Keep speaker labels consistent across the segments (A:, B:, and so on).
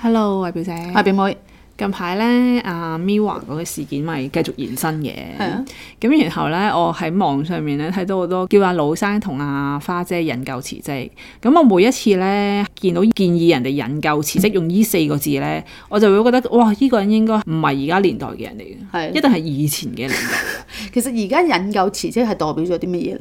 A: Hello，喂表姐，
B: 阿表妹，
A: 近排咧，阿 Miwa 嗰個事件咪繼續延伸嘅。
B: 係啊
A: 咁然後咧，我喺網上面咧睇到好多叫阿老生同阿花姐引咎辭職。咁我每一次咧見到建議人哋引咎辭職用呢四個字咧，我就會覺得哇，呢、個人應該唔係而家年代嘅人嚟嘅，一
B: 係
A: 定係以前嘅年代。
B: 其實而家引咎辭職係代表咗啲乜嘢咧？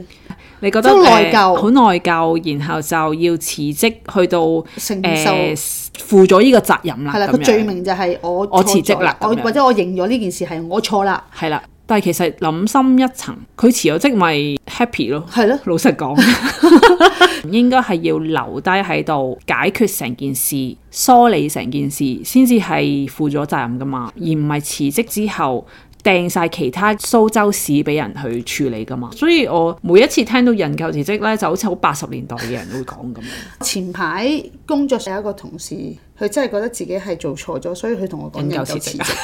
A: 你覺得
B: 即係內疚
A: 呃好內疚，然後就要辭職去到誒、
B: 承受
A: 呃、負咗呢個責任啦。
B: 係啦，
A: 咁
B: 個
A: 樣
B: 罪名就係我
A: 我
B: 錯咗
A: 辭職啦
B: 我
A: 咁樣
B: 或者我認咗呢件事係我錯啦，
A: 係啦，但係其實諗深一層，佢辭咗職咪 happy 咯。
B: 係咯，
A: 老實 講，應該係要留低喺度解決成件事、梳理成件事，先至係負咗責任噶嘛，而唔係辭職之後掟晒其他蘇州市俾人去處理噶嘛。所以我每一次聽到人咎辭職咧，就好似好八十年代嘅人會講咁樣。
B: 前排工作上有一個同事，佢真係覺得自己係做錯咗，所以佢同我講
A: 引
B: 引
A: 咎
B: 咎
A: 辭
B: 辭
A: 職啊
B: 職，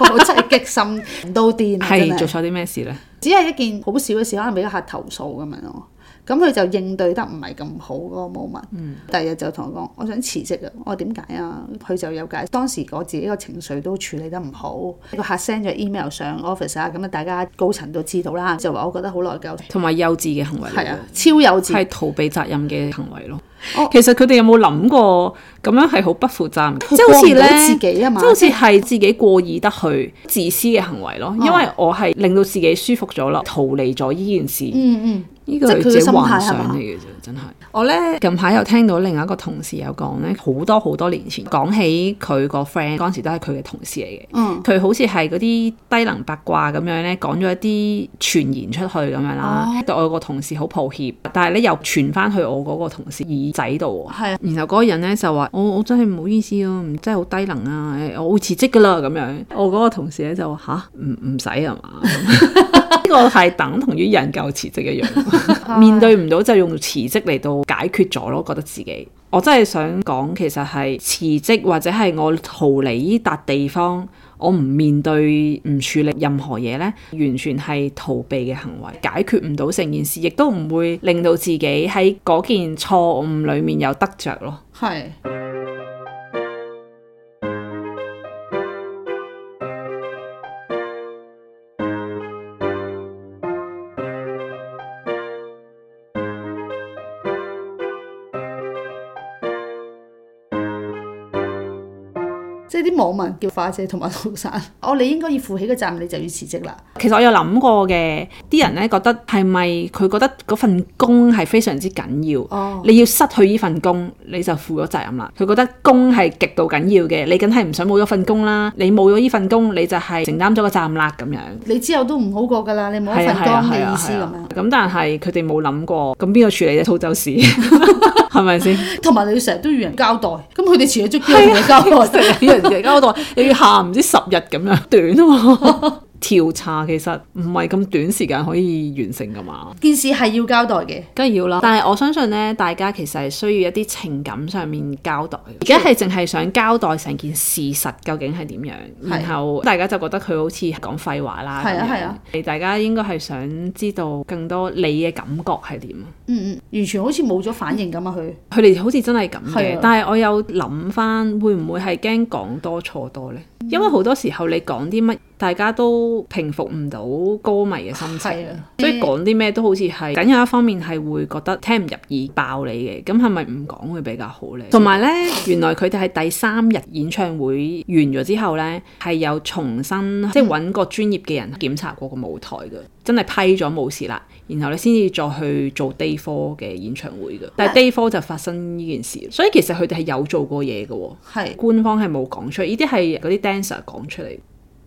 B: 我真係激心到癲 啊！真
A: 係
B: 係
A: 做錯啲咩事咧？
B: 只係一件好少嘅事，可能俾個客投訴咁樣咯。咁佢就應對得唔係咁好嗰個 moment。第
A: 嗯
B: 二日就同我講，我想辭職啊！我點解啊？佢就有解，當時我自己個情緒都處理得唔好，個客 send 咗 email 上 office 啊，咁啊大家高層都知道啦，就話我覺得好內疚，
A: 同埋幼稚嘅行為嚟
B: 係
A: 喎
B: 啊，超幼稚，
A: 係逃避責任嘅行為咯。
B: 哦
A: 其實佢哋有冇諗過咁樣係好不負責任，即
B: 係
A: 係好似
B: 過唔到
A: 咧，
B: 自己啊嘛
A: 即係好似係自己過意得去、自私嘅行為咯。因為我係令到自己舒服咗啦，逃離咗呢件事，呢、
B: 嗯嗯，
A: 個
B: 即係
A: 係
B: 佢嘅
A: 自己
B: 心態
A: 幻
B: 係
A: 想
B: 嘛
A: 嚟嘅啫，真係。我咧近排又聽到另一個同事有講咧，好多好多年前講起佢個 friend 嗰陣時都係佢嘅同事嚟嘅。
B: 嗯
A: 佢好似係嗰啲低能八卦咁樣咧，講咗一啲傳言出去咁樣啦，對我個同事好抱歉，但係咧又傳翻去我嗰個同事耳仔度喎。
B: 係啊
A: 然後嗰個人咧就話：我我真係唔好意思啊，唔真係好低能啊，誒我會辭職噶啦咁樣。我嗰個同事咧就話：吓，唔唔使啊嘛。呢個係等同於引咎辭職一樣，面對唔到就用辭職嚟到解決咗咯，覺得自己。我真係想講，其實係辭職或者係我逃離呢笪地方，我唔面對、唔處理任何嘢呢，完全係逃避嘅行為，解決唔到成件事，亦都唔會令到自己喺嗰件錯誤裡面有得着咯。
B: 係。即係啲網民叫花姐同埋老生， 我你應該要負起嘅責任，你就要辭職啦。
A: 其實我有諗過嘅，啲人咧覺得係咪佢覺得嗰份工係非常之緊要？
B: 哦
A: 你要失去呢份工，你就負咗責任啦。佢覺得工係極度緊要嘅，你梗係唔想冇咗份工啦。你冇咗呢份工，你就係承擔咗個責任啦咁樣。
B: 你之後都唔好過㗎啦，你冇一
A: 係
B: 份
A: 啊係啊
B: 工
A: 係
B: 嘅
A: 啊
B: 意思
A: 係
B: 咁
A: 啊
B: 樣，
A: 咁但係佢哋冇諗過，咁邊個處理啫？蘇州市 係咪先？
B: 同埋你成日都要人交代，咁佢哋辭咗職都要同你交代。
A: 人哋交代你要下唔知十日咁樣短喎。 調查其實唔係咁短時間可以完成噶嘛。
B: 件事係要交代嘅，
A: 梗係要啦，但係我相信咧，大家其實係需要一啲情感上面交代。而家係淨係想交代成件事實究竟係點樣，
B: 係
A: 然後大家就覺得佢好似講廢話啦。
B: 係啊
A: 咁樣
B: 係啊，
A: 你大家應該係想知道更多你嘅感覺係點。
B: 嗯嗯，完全好似冇咗反應咁啊！
A: 佢
B: 佢
A: 哋好似真係咁
B: 係
A: 嘅
B: 啊，
A: 但係我有諗翻，會唔會係驚講多錯多呢？因為好多時候你講啲乜，大家都平復唔到歌迷嘅心情
B: 係啊，
A: 所以講啲咩都好似係，梗有一方面係會覺得聽唔入耳爆你嘅，咁係咪唔講會比較好呢？同埋呢，原來佢哋係第三日演唱會完咗之後呢，係有重新即係揾個專業嘅人檢查過個舞台嘅，真係批咗冇事啦，然後你先至再去做 day four 嘅演唱會嘅。
B: 啊
A: 但係 day four 就發生呢件事，所以其實佢哋係有做過嘢嘅喎。
B: 係
A: 官方係冇講出嚟，呢啲係嗰啲 dancer 講出嚟，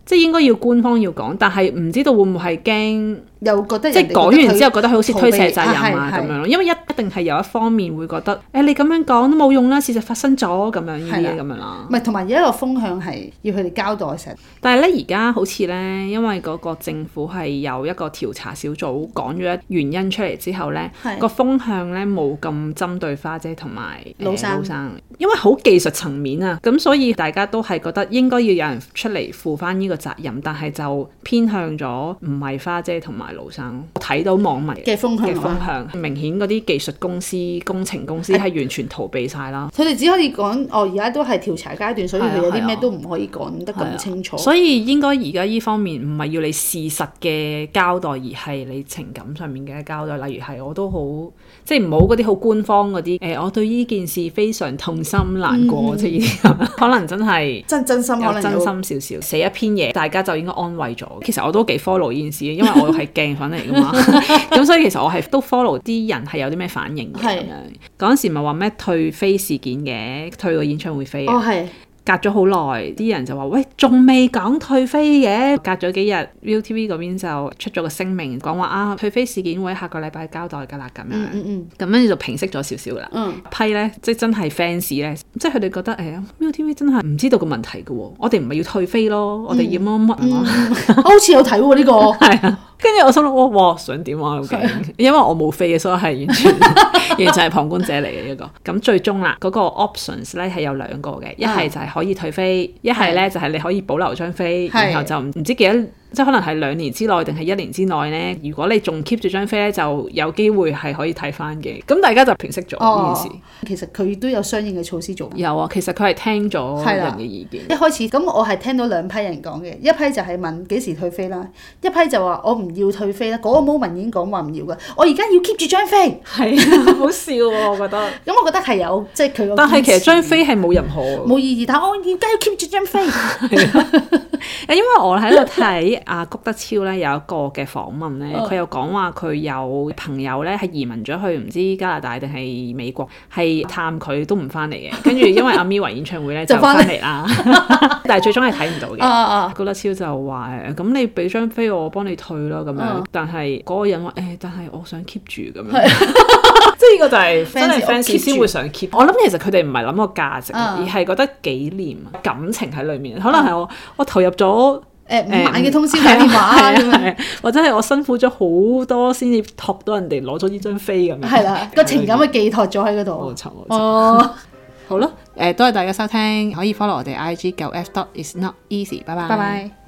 A: 即係應該要官方要講，但係唔知道會唔會係驚，
B: 又覺得
A: 即係講完之後覺得佢好似推卸責任啊
B: 係
A: 咁
B: 係
A: 樣咯，因為一一定係有一方面會覺得，誒、你咁樣講都冇用啦，事實發生咗咁樣呢啲
B: 係啦
A: 咁樣啦
B: 唔。係同埋而家個風向係要佢哋交代成，
A: 但係咧，而家好似咧，因為嗰個政府係有一個調查小組講咗一原因出嚟之後咧
B: 係，
A: 個風向咧冇咁針對花姐同埋呃
B: 老生
A: 老生，因為好技術層面啊，咁所以大家都係覺得應該要有人出嚟負翻呢個個責任，但係就偏向咗唔係花姐同埋盧生。我睇到網民
B: 嘅風向啊
A: 嘅
B: 係嘛
A: 風向，明顯嗰啲技術公司、工程公司係完全逃避晒啦。
B: 佢哋只可以講，哦我而家都係調查階段，所以
A: 係啊
B: 佢有啲
A: 係
B: 咩
A: 啊
B: 都唔可以講得咁清楚。
A: 所以應該而家呢方面唔係要你事實嘅交代，而係你情感上面嘅交代。例如係我都好，即係唔好嗰啲好官方嗰啲。誒、我對呢件事非常痛心難過，即係呢啲 可能真係。
B: 真真心嗯可
A: 有
B: 能
A: 真
B: 有
A: 心少少，寫一篇嘢，大家就應該安慰咗。其實我都幾 follow 呢件事，因為我係鏡粉嚟噶 嘛，咁所以其實我係都 follow 啲人係有啲咩反應嘅
B: 係
A: 咁樣。嗰陣時咪話咩退飛事件嘅，退個演唱會飛啊
B: 哦係
A: 隔咗好耐，啲人就話：喂，仲未講退飛嘅。隔咗幾日，ViuTV 嗰邊就出咗個聲明，講話啊，退飛事件會下個禮拜交代㗎啦，咁樣。
B: 嗯嗯
A: 咁跟住就平息咗少少啦。
B: 嗯
A: 批咧，即係真係 fans 咧，即係佢哋覺得誒 ViuTV 真係唔知道個問題嘅喎，我哋唔係要退飛咯，我哋要乜乜乜啊。
B: 嗯，我好似有睇喎呢 個。
A: 係啊，跟住我心諗，哇哇想 點啊究竟？因為我冇飛嘅，所以我係完 全完全係旁觀者嚟嘅一個。咁最終啦，嗰、個 options 咧係有兩個嘅，一係就係可以退飛，一啊係咧就係你可以保留張飛，
B: 係
A: 然後就唔唔知幾多。即係可能係兩年之內定係一年之內咧，如果你仲 keep 住張飛咧，就有機會係可以睇翻嘅。咁大家就平息咗呢件事。
B: 哦，其實佢都有相應嘅措施做。
A: 有啊，其實佢係聽咗
B: 係
A: 人
B: 啦
A: 嘅意見。
B: 一開始咁，我係聽到兩批人講嘅，一批就係問幾時退飛啦，一批就話我唔要退飛啦。嗰、個 moment 已經講話唔要噶，我而家要 keep 住張飛。
A: 係啊，好笑啊！我覺得。
B: 咁我覺得係有，即係佢個
A: 但係其實
B: 堅持
A: 張飛係冇任何
B: 冇意義，但我而家要 keep 住張飛。
A: 誒，因為我喺度睇阿谷德超咧有一個嘅訪問咧，
B: 嗯
A: 佢有講話佢有朋友咧係移民咗去唔知加拿大定係美國，係探佢都唔翻嚟嘅。跟住因為阿 Miwa 演唱會咧就
B: 就返
A: 翻
B: 嚟
A: 嚟啦， 但係最終係睇唔到嘅。
B: 啊啊！
A: 高德超就話誒，咁你俾張飛我，我幫你退咯咁樣。
B: 嗯
A: 但係嗰個人話誒、但係我想 keep 住咁樣。 即係呢個就係
B: Fans，
A: 真係
B: 我
A: fans
B: keep
A: 先
B: 住
A: 會想 keep。我諗其實佢哋唔係諗個價值，
B: 嗯
A: 而係覺得紀念感情喺裡面。可能係我我投入咗。
B: 誒五
A: 誒
B: 晚嘅通宵
A: 係
B: 打
A: 啊
B: 電話咁
A: 係啊
B: 樣，
A: 係啊或者係我辛苦咗好多先至托到人哋攞咗呢張飛咁樣。啊
B: 係啦，個情感嘅寄託咗喺嗰
A: 冇
B: 度。
A: 錯冇錯。
B: 哦，
C: 好咯，誒、多謝大家收聽，可以 follow 我哋 IG 九 F dot is not easy，拜拜。
B: 拜拜。